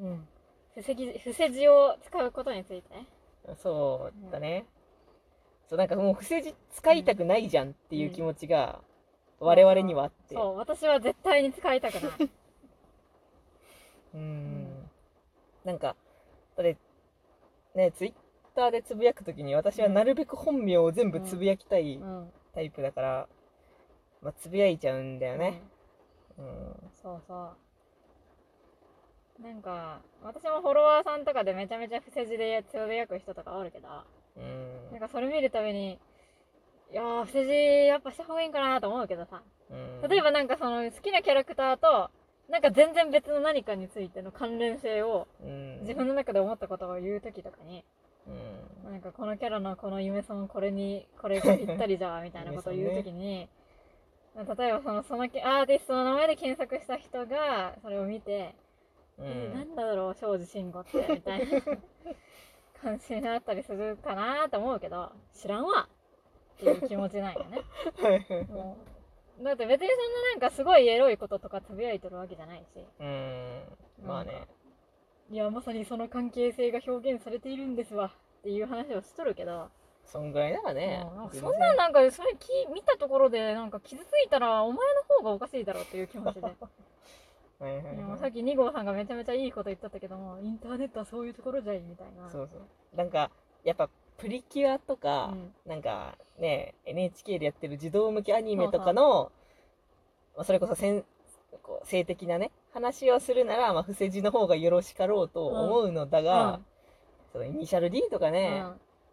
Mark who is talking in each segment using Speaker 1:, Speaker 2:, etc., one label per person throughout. Speaker 1: うん、
Speaker 2: 伏せ字伏せ字を使うことについてね
Speaker 1: そうだね、そうなんかもう伏せ字使いたくないじゃんっていう気持ちが
Speaker 2: うん
Speaker 1: 我々にはあって、うん
Speaker 2: そう私は絶対に使いたくない
Speaker 1: うんなんかだってねツイッターでつぶやくときに私はなるべく本名を全部つぶやきたい
Speaker 2: うん
Speaker 1: タイプだから、まあ、つぶやいちゃうんだよね、
Speaker 2: うん
Speaker 1: うん
Speaker 2: そうそうなんか私もフォロワーさんとかでめちゃめちゃ伏せ字でつぶやく人とかおるけど
Speaker 1: うん
Speaker 2: なんかそれ見るたびにいやー伏せ字やっぱした方がいいんかなと思うけどさ
Speaker 1: うん
Speaker 2: 例えばなんかその好きなキャラクターとなんか全然別の何かについての関連性を
Speaker 1: うん
Speaker 2: 自分の中で思ったことを言う時とかに、
Speaker 1: うん
Speaker 2: なんかこのキャラのこの夢さんこれにこれがぴったりじゃみたいなことを言う時に、例えばそのそのきアーティストの名前で検索した人がそれを見て、
Speaker 1: う
Speaker 2: えなんんだろう庄司慎吾ってみたいな関心があったりするかなと思うけど知らんわっていう気持ちなんよね。もうだって別にそんななんかすごいエロいこととかつぶやいてるわけじゃないし
Speaker 1: うんまあね、
Speaker 2: いやまさにその関係性が表現されているんですわっていう話をしとるけど、
Speaker 1: そんぐらいならね
Speaker 2: もうなんかそんななんかそれき見たところでなんか傷ついたらお前の方がおかしいだろうっていう気 持ちで
Speaker 1: はいはいい
Speaker 2: やも
Speaker 1: は
Speaker 2: う
Speaker 1: い
Speaker 2: さっき2号さんがめちゃめちゃいいこと言っとったけどもインターネットはそういうところじゃいみたいな
Speaker 1: そうそうなんかやっぱプリキュアとか、
Speaker 2: うん
Speaker 1: なんかね NHK でやってる児童向けアニメとかのまあそれこそせんこう性的なね話をするなら、まあ、伏せ字の方がよろしかろうと思うのだが、そのイニシャル D とか
Speaker 2: うん
Speaker 1: ね、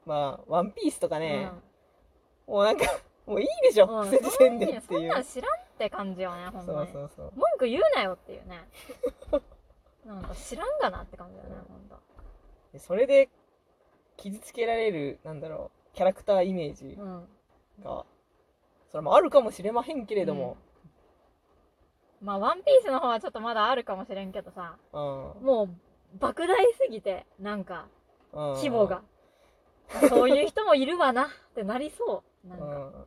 Speaker 1: まあワンピースとか
Speaker 2: うん
Speaker 1: ね、もうなんかもういいでしょ、
Speaker 2: うん
Speaker 1: 伏せ字せんで
Speaker 2: そんな
Speaker 1: ってい
Speaker 2: そんな
Speaker 1: うん
Speaker 2: 知らんって感じよねほん
Speaker 1: そ
Speaker 2: ま
Speaker 1: う
Speaker 2: に
Speaker 1: そうそう
Speaker 2: 文句言うなよっていうね なんか知らんがなって感じだよねほんと
Speaker 1: でそれで傷つけられるなんだろうキャラクターイメージ
Speaker 2: うん
Speaker 1: がそれもあるかもしれまへんけれども、
Speaker 2: まあワンピースの方はちょっとまだあるかもしれんけどさ
Speaker 1: うん
Speaker 2: もう莫大すぎてなんか
Speaker 1: うん
Speaker 2: 規模が、そういう人もいるわなってなりそうなん
Speaker 1: う
Speaker 2: か
Speaker 1: ん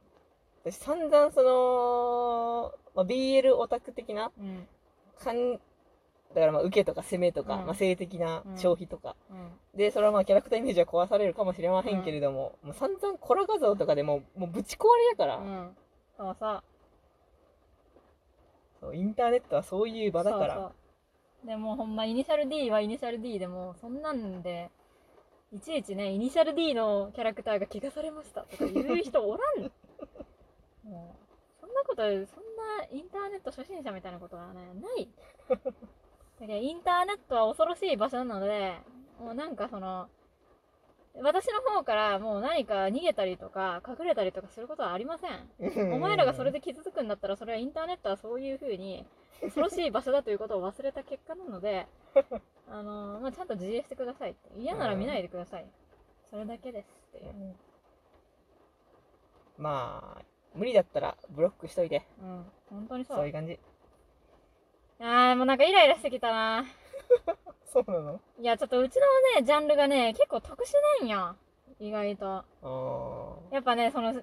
Speaker 1: 私散々その、まあ、BL オタク的な
Speaker 2: うん
Speaker 1: かんだからまあ受けとか攻めとか、
Speaker 2: うん
Speaker 1: まあ、性的な消費とか、
Speaker 2: うん
Speaker 1: でそれはまあキャラクターイメージは壊されるかもしれませんけれども、もう散々コラ画像とかでもうもうぶち壊れやから、
Speaker 2: うんそうそう
Speaker 1: そうインターネットはそういう場だから
Speaker 2: そうそうでもうほんまイニシャル D はイニシャル D でもうそんなんでいちいちねイニシャル D のキャラクターが怪我されましたとか言う人おらん もうそんなことそんなインターネット初心者みたいなことはねないだけどインターネットは恐ろしい場所なのでもうなんかその私の方からもう何か逃げたりとか隠れたりとかすることはありませんお前らがそれで傷つくんだったら、それはインターネットはそういうふうに恐ろしい場所だということを忘れた結果なので、あのーまあ、ちゃんと自衛してくださいって。嫌なら見ないでください。それだけですっていう。
Speaker 1: まあ無理だったらブロックしといて
Speaker 2: うん、本当にそ
Speaker 1: そういう
Speaker 2: う。
Speaker 1: 感じ
Speaker 2: あー、もうなんかイライラしてきたな。
Speaker 1: そうなの
Speaker 2: いや、ちょっとうちのね、ジャンルがね、結構特殊なんよ。意外と。
Speaker 1: あ
Speaker 2: やっぱね、その、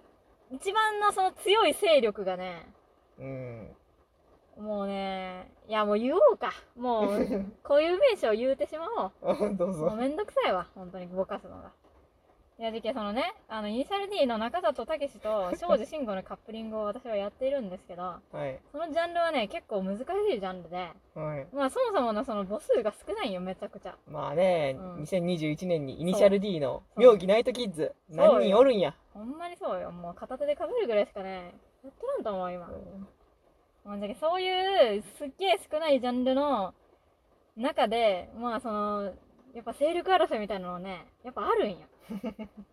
Speaker 2: 一番のその強い勢力がね、
Speaker 1: あうん
Speaker 2: もうね、いやもう言おうか。もう、こういう名詞を言うてしまおう。
Speaker 1: どう
Speaker 2: もう
Speaker 1: ぞ
Speaker 2: めんどくさいわ、本当にぼかすのが。いや、じけそのね、あの、イニシャル D の中里武史と庄司慎吾のカップリングを私はやっているんですけど、
Speaker 1: はい
Speaker 2: そのジャンルはね、結構難しいジャンルで、
Speaker 1: はい
Speaker 2: まあそもそものその母数が少ないよ、めちゃくちゃ。
Speaker 1: まあね、
Speaker 2: うん
Speaker 1: 2021年にイニシャル D の
Speaker 2: そう
Speaker 1: 妙義ナイトキッズ
Speaker 2: そうよ
Speaker 1: 何人おるんや
Speaker 2: ほんまにそうよ、もう片手で数えるぐらいしかね、やっとらんと思う、今。もうじゃけそういう、すっげえ少ないジャンルの中で、まあその、やっぱ勢力争いみたいなのね、やっぱあるん よ。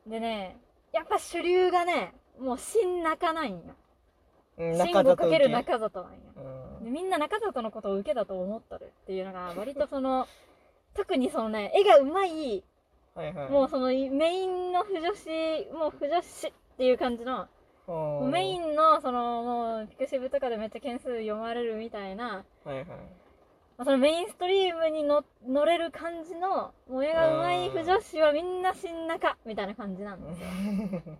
Speaker 2: でね、やっぱ主流がね、もう新中なんよ。
Speaker 1: うん
Speaker 2: 信号かける
Speaker 1: 中
Speaker 2: 中里なんや
Speaker 1: 里う
Speaker 2: で
Speaker 1: ん
Speaker 2: みんな中里のことを受けだと思っとるっていうのが割とそ の特にそのね絵がうまい
Speaker 1: はいはい
Speaker 2: もうそのメインの不女子もう不女子っていう感じの
Speaker 1: うん
Speaker 2: メインのそのもうピクシブとかでめっちゃ件数読まれるみたいな
Speaker 1: はい はい
Speaker 2: まあそのメインストリームにの乗れる感じのもう絵がうまい不女子はみんな新中みたいな感じなんですよ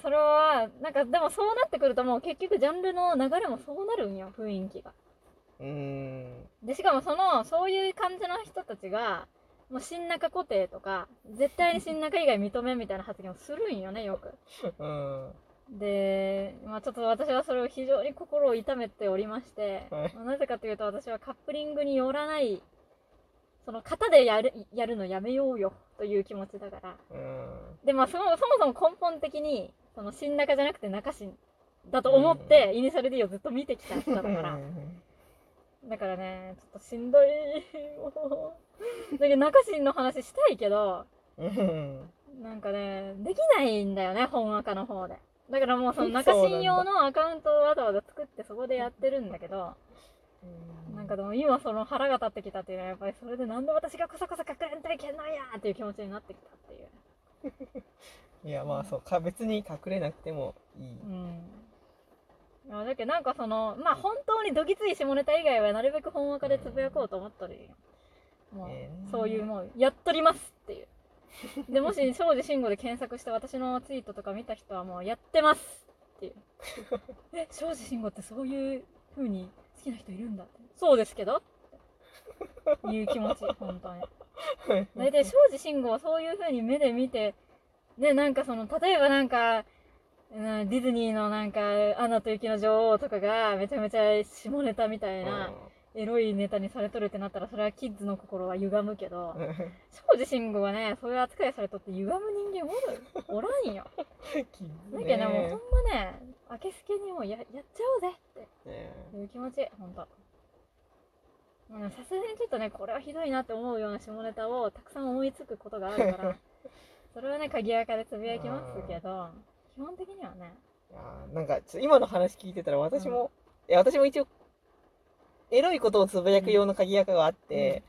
Speaker 2: それはなんかでもそうなってくるともう結局ジャンルの流れもそうなるんよ雰囲気が
Speaker 1: うん
Speaker 2: でしかもそのそういう感じの人たちがもう新中固定とか絶対に新中以外認めんみたいな発言をするんよねよく。
Speaker 1: うん。
Speaker 2: で、まあ、ちょっと私はそれを非常に心を痛めておりまして、
Speaker 1: はい
Speaker 2: まあなぜかというと私はカップリングによらないその型でやるやるのやめようよという気持ちだから
Speaker 1: うん。
Speaker 2: で、まあ、そもそもそも根本的にその新中じゃなくて中新だと思って、イニシャル D をずっと見てきた人だからだからねちょっとしんどい もうだけど中新の話したいけど
Speaker 1: うん。
Speaker 2: なんかね、できないんだよね、本赤の方で。だからもうその中信用のアカウントをわざわざ作ってそこでやってるんだけど、なんかでも今その腹が立ってきたっていうのはやっぱりそれでなんで私がこそこそ学園といけないやーっていう気持ちになってきたっていう。
Speaker 1: いや、まあそうか。別に隠れなくてもいい。
Speaker 2: うん。あだけどなんかその、まあ本当にどぎつい下ネタ以外はなるべく本赤でつぶやこうと思っとるんよ。もう、
Speaker 1: ええ
Speaker 2: そう いうもう、やっとりますっていう。で、もし、庄司慎吾で検索して私のツイートとか見た人はもう、やってますっていう。え、庄司慎吾ってそういう風に好きな人いるんだって。そうですけどっていう気持ち、本当に。大体、庄司慎吾はそういう風に目で見て、ね、なんかその、例えばなんか、うんディズニーのなんか、アナと雪の女王とかが、めちゃめちゃ下ネタみたいな、エロいネタにされとるってなったら、それはキッズの心は歪むけど、
Speaker 1: うん
Speaker 2: 庄司慎吾はね、そういう扱いされとって歪む人間おるおらん よ。だけどね、もうほんまね、明けすけにもうややっちゃおうぜっ
Speaker 1: ね
Speaker 2: ていう気持ち、ほんと。うんさすがにちょっとね、これはひどいなって思うような下ネタをたくさん思いつくことがある から、それはね、鍵垢でつぶやきますけど、基本的にはね、
Speaker 1: いやーなんかちょ今の話聞いてたら私も、いや私も一応エロいことをつぶやく用の鍵垢があって、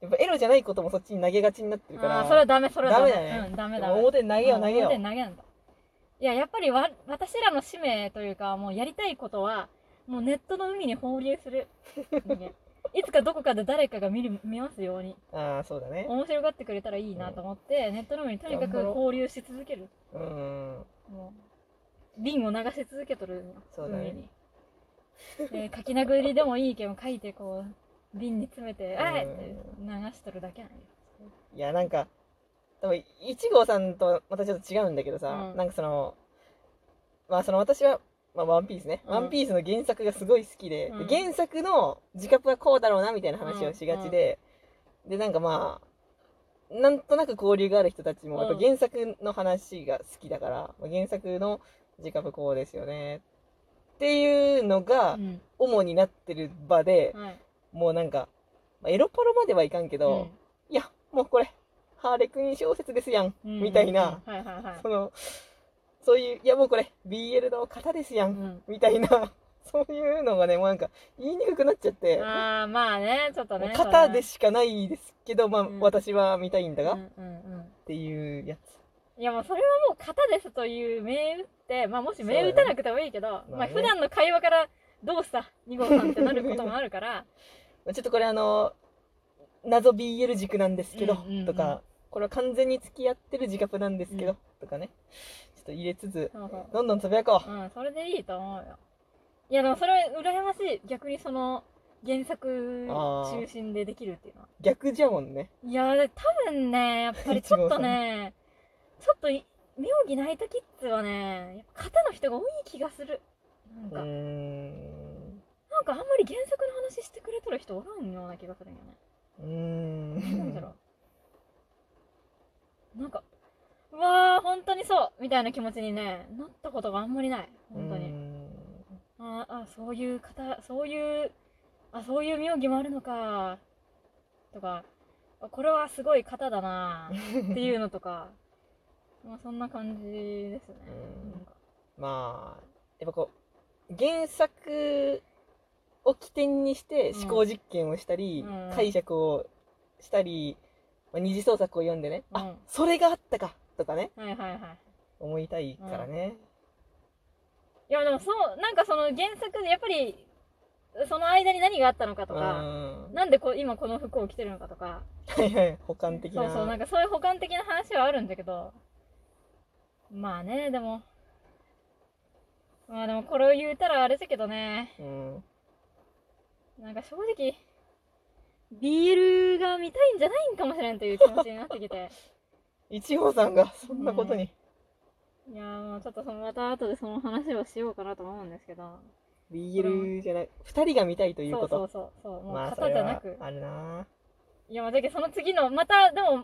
Speaker 1: やっぱエロじゃないこともそっちに投げがちになってるから
Speaker 2: ああー、それはダメ、それはダメ。
Speaker 1: ダメだね
Speaker 2: うん、ダメ
Speaker 1: で
Speaker 2: だ。
Speaker 1: も表に投げよう投げよ
Speaker 2: うん表に投げなんだいややっぱりわ私らの使命というかもうやりたいことはもうネットの海に放流する ねいつかどこかで誰かが見る見ますように
Speaker 1: うああそうだね
Speaker 2: 面白がってくれたらいいなと思って、ネットの海にとにか
Speaker 1: 頑張
Speaker 2: く
Speaker 1: ろう
Speaker 2: 放流し続ける
Speaker 1: うん
Speaker 2: もう瓶を流し続けとるの
Speaker 1: そうだね
Speaker 2: 海に、えー書き殴りでもいいけど書いてこう瓶に詰めて「あい!」って流しとるだけなんよ
Speaker 1: いやなんか多分一号さんとはまたちょっと違うんだけどさ、
Speaker 2: うん
Speaker 1: なんかそのまあその私はまあ、ワンピースね、
Speaker 2: うん
Speaker 1: ワンピースの原作がすごい好きで、で
Speaker 2: うん
Speaker 1: 原作の自覚はこうだろうなみたいな話をしがちで、でなんかまあなんとなく交流がある人たちもやっぱ
Speaker 2: うん
Speaker 1: 原作の話が好きだから、まあ原作の自覚こうですよねっていうのが
Speaker 2: うん
Speaker 1: 主になってる場で、
Speaker 2: はい
Speaker 1: もうなんか、まあエロパロまではいかんけど、いや、もうこれ、ハーレクイン小説ですやん、
Speaker 2: うん
Speaker 1: みたいな、
Speaker 2: うんはいはいはい
Speaker 1: その、そういう、いやもうこれ、BL の型ですやん、
Speaker 2: うん
Speaker 1: みたいな、 そういうのがね、もうなんか、言いにくくなっちゃって、
Speaker 2: ああまあねちょっと
Speaker 1: もう
Speaker 2: ね
Speaker 1: 型で
Speaker 2: し
Speaker 1: しかないですけど、まあ、
Speaker 2: うん
Speaker 1: 私は見たいんだが、
Speaker 2: うん
Speaker 1: っ
Speaker 2: うんうん
Speaker 1: ていうやつ。
Speaker 2: いやもうそれはもう型ですという銘打ってまあもし銘打たなくてもいいけど、
Speaker 1: ね
Speaker 2: まあ普段の会話からどうした二号さんってなることもあるから
Speaker 1: まあちょっとこれあの、謎 BL 軸なんですけど、
Speaker 2: うんうんうん
Speaker 1: とか、これは完全に付き合ってる自覚なんですけど、
Speaker 2: うん
Speaker 1: とかね、ちょっと入れつつ、
Speaker 2: そうそう
Speaker 1: どんどんつぶやこう。
Speaker 2: うんそれでいいと思うよいやでもそれは羨ましい逆にその原作
Speaker 1: あー
Speaker 2: 中心でできるっていうのは
Speaker 1: 逆じゃもんね。
Speaker 2: いやー多分ねやっぱりちょっとねちょっとい妙義ナイトキッズはねやっぱ型の人が多い気がするなん
Speaker 1: う
Speaker 2: か、
Speaker 1: ーん。
Speaker 2: なんかあんまり原作の話してくれとる人おらんような気がするんよね。
Speaker 1: うーん。
Speaker 2: なんだろう。なんか、うわー、本当にそうみたいな気持ちにね、なったことがあんまりない。本当
Speaker 1: うー
Speaker 2: に。
Speaker 1: ん
Speaker 2: あーあ、そういう方、そういう、あ、そういう妙義もあるのか。とか、あこれはすごい方だなっていうのと か、まあそんな感じですね。
Speaker 1: うん
Speaker 2: なんか
Speaker 1: まあやっぱこう原作を起点にして
Speaker 2: うん
Speaker 1: 思考実験をしたり、
Speaker 2: うん
Speaker 1: 解釈をしたり、まあ、二次創作を読んでね、
Speaker 2: う
Speaker 1: あ
Speaker 2: ん
Speaker 1: それがあったかとかね
Speaker 2: はいはいはい。
Speaker 1: 思いたいからね、
Speaker 2: いやでもそうなんかその原作でやっぱりその間に何があったのか
Speaker 1: う
Speaker 2: と
Speaker 1: ん、
Speaker 2: か、なんでこう今この服を着てるのかとか
Speaker 1: はいはい補完的な
Speaker 2: そうそうなんかそういう補完的な話はあるんだけどまあねでもまあでもこれを言うたらあれだけどね
Speaker 1: うん
Speaker 2: なんか正直 BL が見たいんじゃないんかもしれんという気持ちになってき て
Speaker 1: いちごさんがそんなことに、
Speaker 2: いやーもうちょっとそのまた後でその話をしようかなと思うんですけど
Speaker 1: BL じゃない2人が見たいという
Speaker 2: そ
Speaker 1: こ
Speaker 2: うそう
Speaker 1: と
Speaker 2: そうそうもう
Speaker 1: まあそ
Speaker 2: 型
Speaker 1: れ
Speaker 2: じゃな
Speaker 1: は
Speaker 2: く、
Speaker 1: あるない
Speaker 2: やまあだけどその次のまたでも前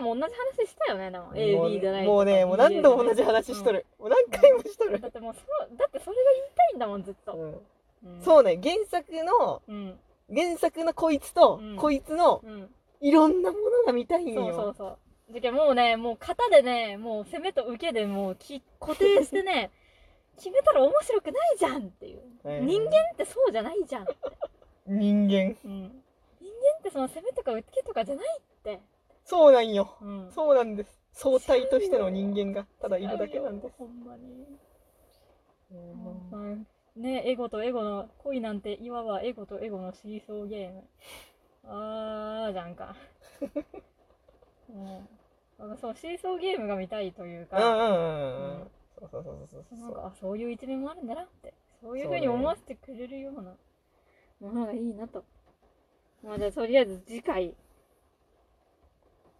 Speaker 2: も同じ話したよねでも AB じゃない
Speaker 1: もうねもう何度も同じ話しと
Speaker 2: る、
Speaker 1: る、もう何回もしと
Speaker 2: うん
Speaker 1: る
Speaker 2: だ、ってもうそうだってそれが言いたいんだもんずっと、
Speaker 1: うん
Speaker 2: うん、
Speaker 1: そうね原作の
Speaker 2: うん
Speaker 1: 原作のこいつと、
Speaker 2: うん
Speaker 1: こいつの
Speaker 2: うん
Speaker 1: いろんなものが見たいんよ
Speaker 2: そうそうそう。じゃけもうね、もう型でね、もう攻めと受けでもうき固定してね、 決めたら面白くないじゃんっていう。
Speaker 1: はい
Speaker 2: 人間ってそうじゃないじゃん。
Speaker 1: 人間
Speaker 2: うん、人間ってその攻めとか受けとかじゃないって。
Speaker 1: そうなんよ
Speaker 2: うん。
Speaker 1: そうなんです相対としての人間がただいるだけなんです、
Speaker 2: ほんまに。
Speaker 1: うん
Speaker 2: うんね、エゴとエゴの恋なんていわばエゴとエゴのシーソーゲーム あーじゃんか もうなんかそうシーソーゲームが見たいという
Speaker 1: うんう
Speaker 2: か、
Speaker 1: んうんう
Speaker 2: うんん
Speaker 1: そうそうそうそうそう
Speaker 2: なん
Speaker 1: そ
Speaker 2: か
Speaker 1: う
Speaker 2: あそういう一面もあるんだなってそういう
Speaker 1: そ
Speaker 2: ふう
Speaker 1: うだ
Speaker 2: に
Speaker 1: よ
Speaker 2: 思わせてくれるようなものがいいなとまあじゃあとりあえず次回